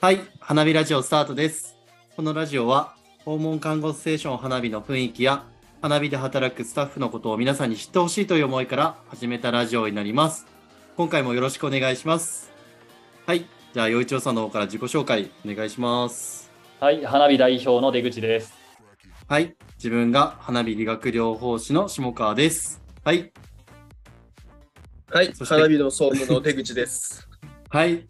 はい、花火ラジオスタートです。このラジオは訪問看護ステーション花火の雰囲気や花火で働くスタッフのことを皆さんに知ってほしいという思いから始めたラジオになります。今回もよろしくお願いします。はい、じゃあ陽一郎さんの方から自己紹介お願いします。はい、花火代表の出口です。はい、自分が花火理学療法士の下川です。はい、はい、そして花火の総務の出 口です。はい、今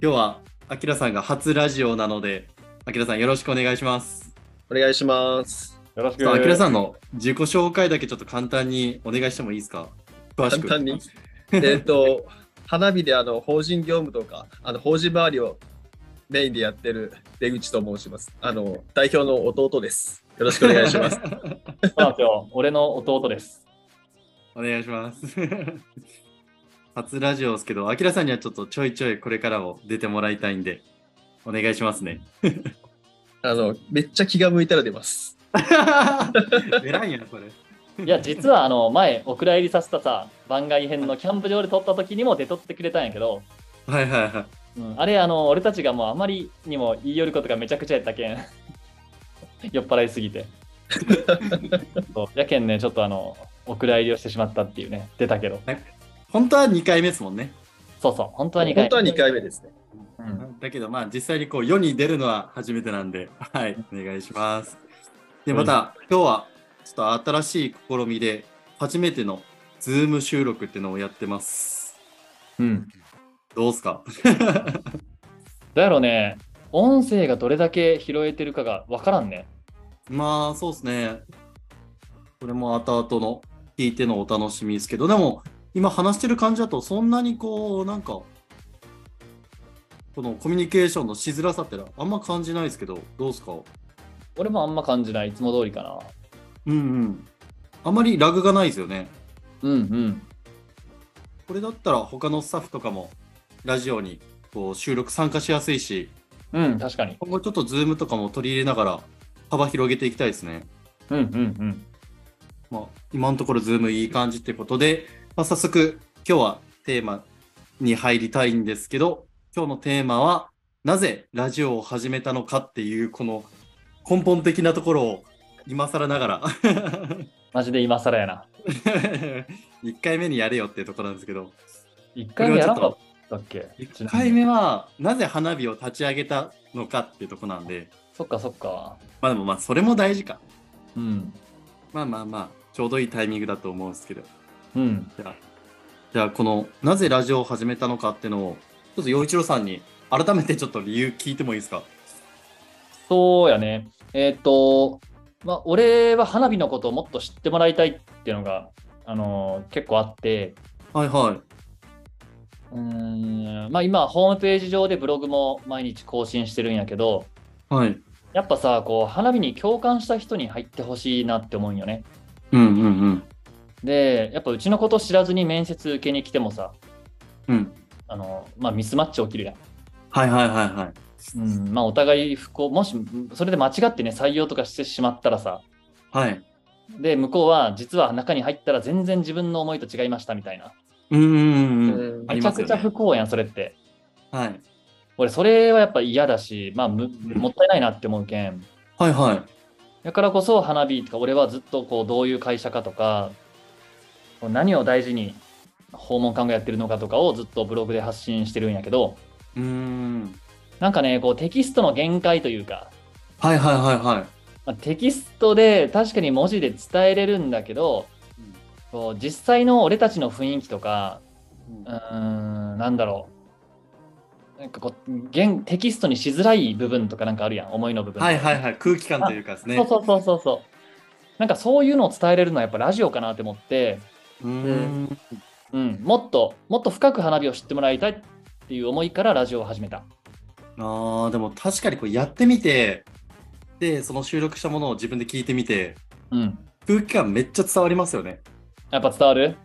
日はあきらさんが初ラジオなので、あきらさんよろしくお願いします。お願いします。よろしく。あきらさんの自己紹介だけちょっと簡単にお願いしてもいいですか詳しく。簡単に。え っと、花火であの法人業務とか、あの法人周りをメインでやってる出口と申します。あの代表の弟です。よろしくお願い します。。そうなんですよ。俺の弟です。お願いします。 初ラジオですけど、あきらさんにはちょっとちょいちょいこれからも出てもらいたいんで、お願いします ね。 あのめっちゃ気が向いたら出ます。偉いやん、これ。いや、実はあの前、お蔵入りさせたさ、番外編のキャンプ場で撮った時にも出とってくれたんやけど、はいはいはい。うん、あれ、あの、俺たちがもうあまりにも言い寄ることがめちゃくちゃやったけん、 酔っ払いすぎて。そうやけんね、ちょっとあの、お蔵入りをしてしまったっていうね、出たけど、本当は2回目ですもんね。そうそう、本当は2回。本当は2回目ですね。うんだけど、まあ実際にこう世に出るのは初めてなんで、はい、お願いします。で、また、今日はちょっと新しい試みで、初めてのズーム収録っていうのをやってます。うん。どうすかどうやろうね、音声がどれだけ拾えてるかがわからんね。まあ、そうですね。これも後々の聞いてのお楽しみですけど、でも、今話してる感じだと、そんなにこう、なんか、このコミュニケーションのしづらさってのはあんま感じないですけど、どうですか俺もあんま感じない、いつも通りかな。うんうん。あまりラグがないですよね。うんうん。これだったら他のスタッフとかもラジオにこう収録参加しやすいし、うん、確かに。今後ちょっとズームとかも取り入れながら幅広げていきたいですね。うんうんうん。まあ、今のところズームいい感じってことで、まあ、早速今日はテーマに入りたいんですけど今日のテーマはなぜラジオを始めたのかっていうこの根本的なところを今更ながら マジで今更やな。 1回目にやれよっていうところなんですけど1回目やらなかったっけ1回目はなぜ花火を立ち上げたのかっていうところなんでそっかそっか。まあでもまあそれも大事かうん。まあまあまあちょうどいいタイミングだと思うんですけどうん。じゃあ、じゃあこのなぜラジオを始めたのかっていうのを、ちょっと陽一郎さんに改めてちょっと理由聞いてもいいですか。そうやね。えーっ、と、まあ、俺は花火のことをもっと知ってもらいたいっていうのが、あのー結構あって、はいはうーん、まあ今、ホームページ上でブログも毎日更新してるんやけど、い。はい。やっぱさ、こう、花火に共感した人に入ってほしいなって思うんよね。うんうんうん。で、やっぱうちのこと知らずに面接受けに来てもさ、うん。あのまあ、ミスマッチ起きるやん。はいはいはいはい。うん、まあお互い不幸、もしそれで間違ってね、採用とかしてしまったらさ、はい。で、向こうは実は中に入ったら全然自分の思いと違いましたみたいな。うんうんうん。うんあめりちゃますよねくちゃ不幸やん、それって。はい。俺、それはやっぱ嫌だし、まあむもったいないなって思うけん。はいはい。だからこそ花火とか、俺はずっとこうどういう会社かとか、こう何を大事に訪問看護やってるのかとかをずっとブログで発信してるんやけど、うーん。なんかね、こうテキストの限界というか、はいはいはいはまあ、テキストで確かに文字で伝えれるんだけど、うんこう実際の俺たちの雰囲気とかうい。ーんなんだろうなんかこう現テキストにしづらい部分とかなんかあるやん思いの部分はいはいはい。空気感というかですね。そうそうそうそうそうなんかそういうのを伝えれるのはやっぱラジオかなって思って、うーん。うん、もっともっと深く花火を知ってもらいたいっていう思いからラジオを始めたああ、でも確かにこうやってみて、で、その収録したものを自分で聞いてみて、うん空気感めっちゃ伝わりますよね。やっぱ伝わる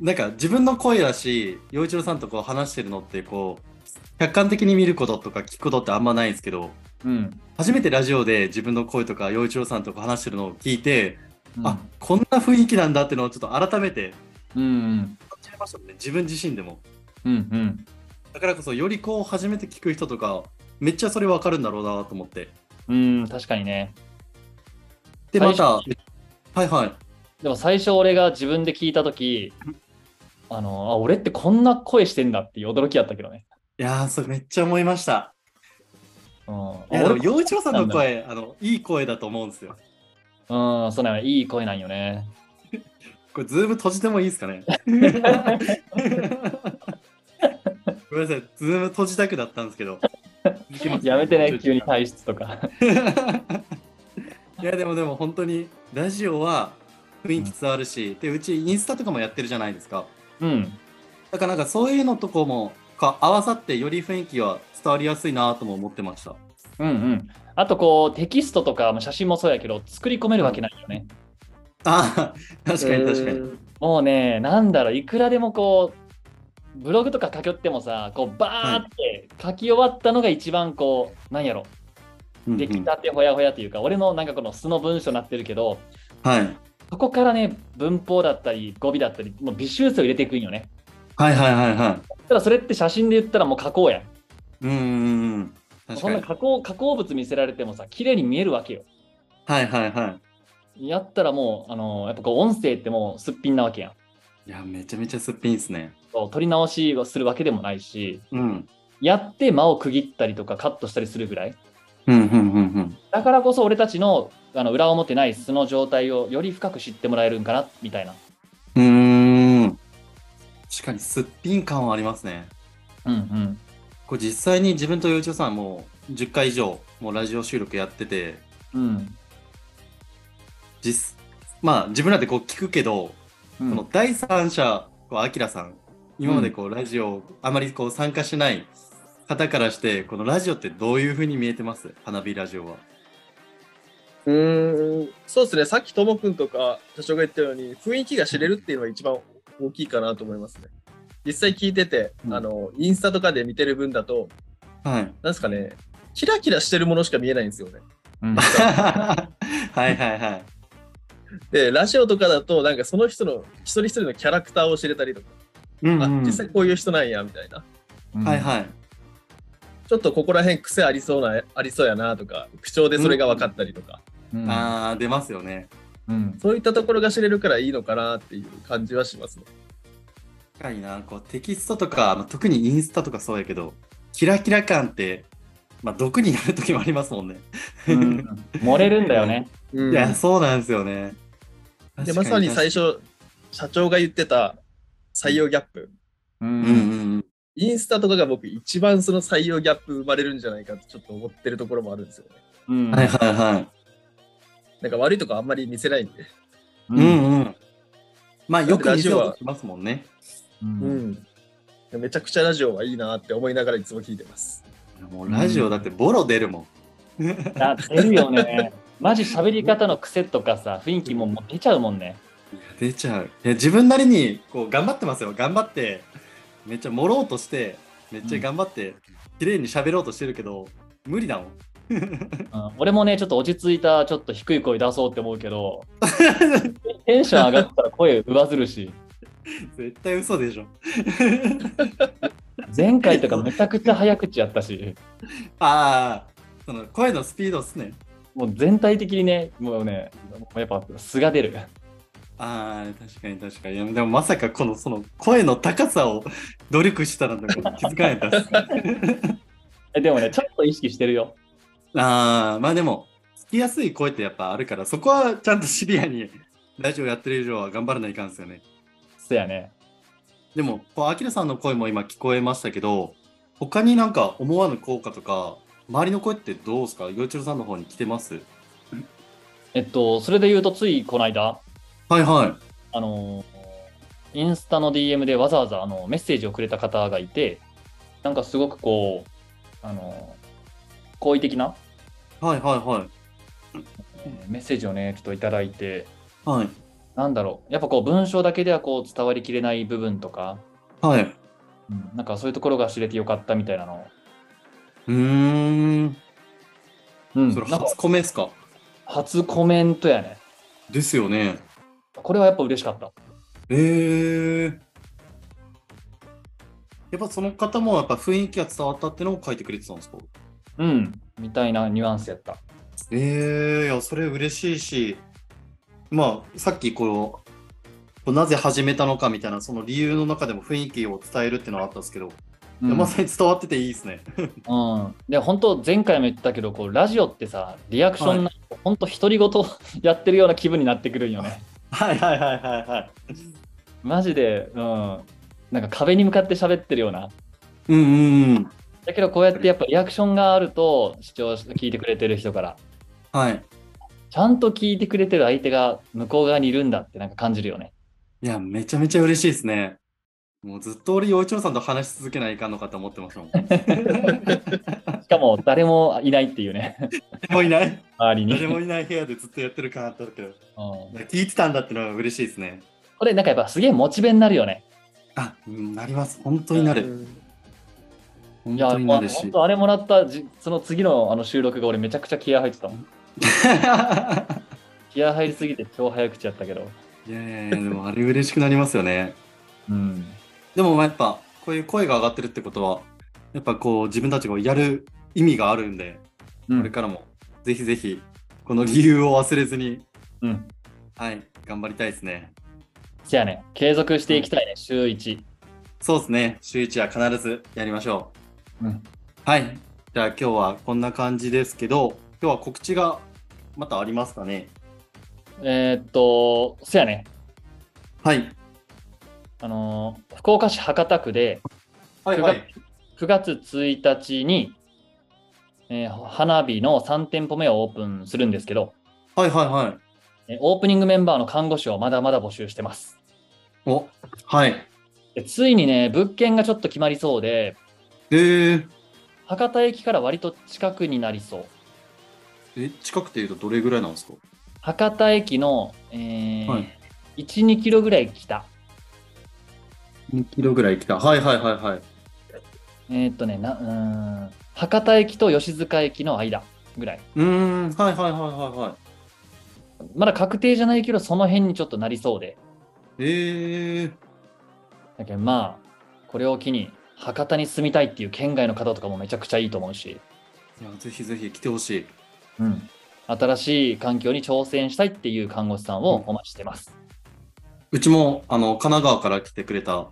なんか自分の声だし、陽一郎さんとこう話してるのってこう、客観的に見ることとか聞くことってあんまないんですけど、うん、初めてラジオで自分の声とか陽一郎さんとこ話してるのを聞いて、うんあこんな雰囲気なんだってのをちょっと改めてうんうん感じましたもんね、自分自身でも。うんうんだからこそ、よりこう初めて聞く人とか、めっちゃそれわかるんだろうなと思って。うん、確かにね。で、また、は最いはい。でも最初俺が自分で聞いたとき、あの、あ、俺ってこんな声してんだっていう驚きやったけどね。いやー、それめっちゃ思いました。うん。あいや、でも、俺洋一郎さんの声、あの、いい声だと思うんですよ。うん、そうなの、いい声なんよね。これ、ズーム閉じてもいいですかねごめんなさい、ズーム閉じたくなったんですけど。できますやめてね、急に体質とか。 いやでもでも本当にラジオは雰囲気伝わるし、でうちインスタとかもやってるじゃないですかうん。だからなんかそういうのとこもか合わさってより雰囲気は伝わりやすいなとも思ってましたうんうん。あとこう、テキストとか、まあ写真もそうやけど、作り込めるわけないよね。ああ確かに確かにに。もうね、なんだろう、いくらでもこう、ブログとか書きよってもさ、こう、バーって書き終わったのが一番こう、なんやろ、うんうん出来たてほやほやというか、俺のなんかこの素の文章になってるけど、はい、そこからね、文法だったり、語尾だったり、もう微修正を入れていくんよね。はいはいはいはただそれって写真で言ったらもう加工やん。いうんうんうん確そかんにな加工、加工物見せられてもさ、綺麗に見えるわけよ。はいはいはやったらもう、あのやっぱこう、音声ってもうすっぴんなわけやん。いいやめちゃめちゃすっぴんですねそう取り直しをするわけでもないし、うんやって間を区切ったりとかカットしたりするぐらい。うんうんうんうんだからこそ俺たちのあの裏表ない素の状態をより深く知ってもらえるんかな、みたいな。うーん確かにすっぴん感はありますねうんうん。これ実際に自分と洋一郎さんもう10回以上もうラジオ収録やっててうん。実まあ自分らでこう聞くけど、うんこの第三者こうアキラさん今までこうラジオあまりこう参加しない方からしてこのラジオってどういうふうに見えてます花火ラジオは。うーん、そうですね。さっきともくんとか社長が言ったように、雰囲気が知れるっていうのが一番大きいかなと思いますね。実際聞いてて、うんあの、インスタとかで見てる分だと、はい。なんですかね、キラキラしてるものしか見えないんですよね。う んはいはいはい。で、ラジオとかだと、なんかその人の一人一人のキャラクターを知れたりとか、うんあうん、実際こういう人なんや、みたいな。 はいはい。ちょっとここら辺癖ありそうな、ありそうやなとか、口調でそれが分かったりとか、うんああ出ますよね。うんそういったところが知れるからいいのかなっていう感じはしますね。確かになこうテキストとか、まあ、特にインスタとかそうやけどキラキラ感って、まあ、毒になる時もありますもんね。うん漏れるんだよね。うんいやそうなんですよね。でまさに最初。初社長が言ってた採用ギャップ、ううんうんうんインスタとかが僕一番その採用ギャップ生まれるんじゃないかってちょっと思ってるところもあるんですよね。うんはいはいはい。なんか悪いとこあんまり見せないんで。ううんんうん。まあよく似せようとしますもんね。うんうんめちゃくちゃラジオはいいなって思いながらいつも聞いてます。もうラジオだってボロ出るもん。あ出るよね。マジ喋り方の癖とかさ、雰囲気ももう出ちゃうもんね。出ちゃう。いや自分なりにこう頑張ってますよ。頑張って、めっちゃ盛ろうとして、めっちゃ頑張って、綺麗に喋ろうとしてるけど、無理だもん。うん俺もね、ちょっと落ち着いた、ちょっと低い声出そうって思うけ ど、テンション上がったら声上ずるし、絶対嘘でしょ。前回とかめちゃくちゃ早口やったし、ああ、その声のスピードっすね。もう全体的にね、もうね、やっぱ素が出る。ああ、確かに確かに。いやでもまさかこのその声の高さを努力したなんてこと気づかなかったっす。えでもね、ちょっと意識してるよ。ああ、まあでも、聞きやすい声ってやっぱあるから、そこはちゃんとシビアにラジオやってる以上は頑張らないかんですよね。そやね。でも、こう、アキラさんの声も今聞こえましたけど、他になんか思わぬ効果とか、周りの声ってどうですか洋一郎さんの方に来てますえっと、それで言うと、ついこの間、はいはあのーインスタの DM でわざわざあのメッセージをくれた方がいて、なんかすごくこう、あのー好意的な、い。はいはいはい。えーメッセージをね、ちょっといただいて、はい。なんだろう、やっぱこう文章だけではこう伝わりきれない部分とか、はい。ううんなんかそういうところが知れてよかったみたいなのを。ーん。うん、それなんか初コメですか初コメントやね。ですよね。これはやっぱ嬉しかった。ええー。やっぱその方もやっぱ雰囲気が伝わったってのを書いてくれてたんですかうん、みたいなニュアンスやった。ええいや、それ嬉しいし、まあ、さっきこう、こうなぜ始めたのかみたいな、その理由の中でも雰囲気を伝えるっていうのはあったんですけど、うんまさに伝わってていいですね。うん、で本当前回も言ったけどこうラジオってさリアクションないと本当独り言 やってるような気分になってくるんよね はいはいはいはいはい。マジで、うん、なんか壁に向かって喋ってるようなうんうんうん。だけどこうやってやっぱリアクションがあると視聴者聞いてくれてる人からはい。ちゃんと聞いてくれてる相手が向こう側にいるんだってなんか感じるよねいや、めちゃめちゃ嬉しいですね。もうずっと俺、陽一郎さんと話し続けないかんのかと思ってましたもん。 しかも誰もいないっていうね 誰もいない周りに、誰うん、もいない部屋でずっとやってる感あったけど、聞いてたんだってのは嬉しいですね。これなんかやっぱすげえモチベになるよねあ、うんなります。本当になる。本いや当になるまあし本。当あれもらったじその次のあの収録が俺めちゃくちゃ気合入ってたもん気合入りすぎて超早口やったけど、 いやいやいや、でもあれ嬉しくなりますよね。うん、でもまあやっぱ、こういう声が上がってるってことは、やっぱこう自分たちがやる意味があるんで、うんこれからもぜひぜひ、この理由を忘れずに、うんはい、頑張りたいですね。せやね継続していきたいね、週1、そうですね、週一は必ずやりましょう。うんはい、じゃあ今日はこんな感じですけど、今日は告知がまたありますかね。えーっとせやねはい、あのー福岡市博多区ではい、 9はい。月 ,9 月1日に、えー花火の3店舗目をオープンするんですけどはいはいはい。えーオープニングメンバーの看護師をまだまだ募集してますお、はい。でついにね物件がちょっと決まりそうでえー、博多駅から割と近くになりそうえ、近くて言うとどれぐらいなんですか博多駅の、えーはい12キロぐらい北2キロぐらい来た。はいはいはいはい。えーっとね、なうーん、博多駅と吉塚駅の間ぐらい。うーん、はいはいはいはいはい。まだ確定じゃないけど、その辺にちょっとなりそうで。えー、だけどまあ、これを機に、博多に住みたいっていう県外の方とかもめちゃくちゃいいと思うし、いやぜひぜひ来てほしい。うん、新しい環境に挑戦したいっていう看護師さんをお待ちしてます。うちもあの神奈川から来てくれた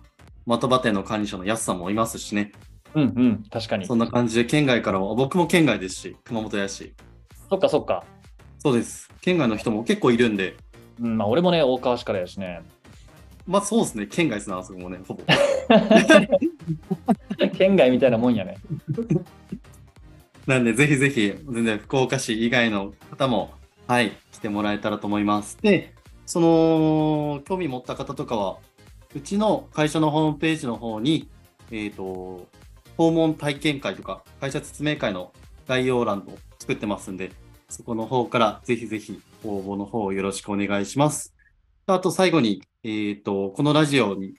的場店の管理者の安さんもいますしね。うんうん、確かに。そそんな感じで県外からも、僕も県外ですし、熊本やし。っかそっか。そうです。県外の人も結構いるんで、うん、まあ俺もね、大川市からやしね。まあそうですね、県外ですな、あそこもね、ほぼ。県外みたいなもんやね。なんで、ぜひぜひ、全然福岡市以外の方も、はい、来てもらえたらと思います。で、その、興味持った方とかは、うちの会社のホームページの方に、えっ、と、訪問体験会とか、会社説明会の概要欄を作ってますんで、そこの方からぜひぜひ応募の方をよろしくお願いします。あと最後に、えっ、と、このラジオに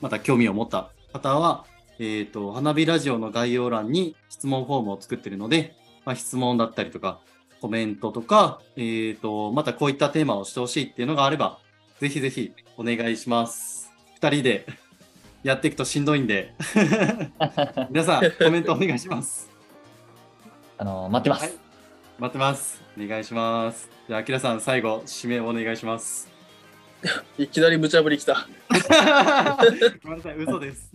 また興味を持った方は、えっ、と、花火ラジオの概要欄に質問フォームを作ってるので、まあ、質問だったりとか、コメントとか、えっ、と、またこういったテーマをしてほしいっていうのがあれば、ぜひぜひお願いします。二人でやっていくとしんどいんで、皆さんコメントお願いします。あの待ってます。はい待ってます。お願いします。じゃあ、あきらさん、最後、締めお願いします。いきなり無茶 ぶりきた。ごめんなさい、嘘です。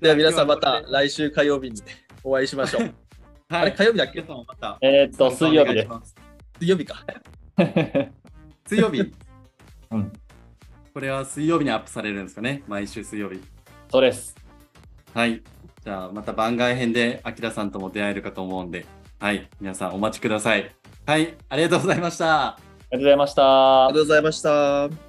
では皆さんまた来週火曜日にお会いしましょう。 はい、あれ火曜日だっあきらけさんもまた、えーっと、水曜日お願いでします。水曜日か。す。。水曜日うんこれは水曜日にアップされるんですかね、毎週水曜日。 そうです。はい。じゃあ、また番外編で、あきらさんとも出会えるかと思うんで、はい。皆さんお待ちください。はい。ありがとうございました。ありがとうございましたありが。とうございました。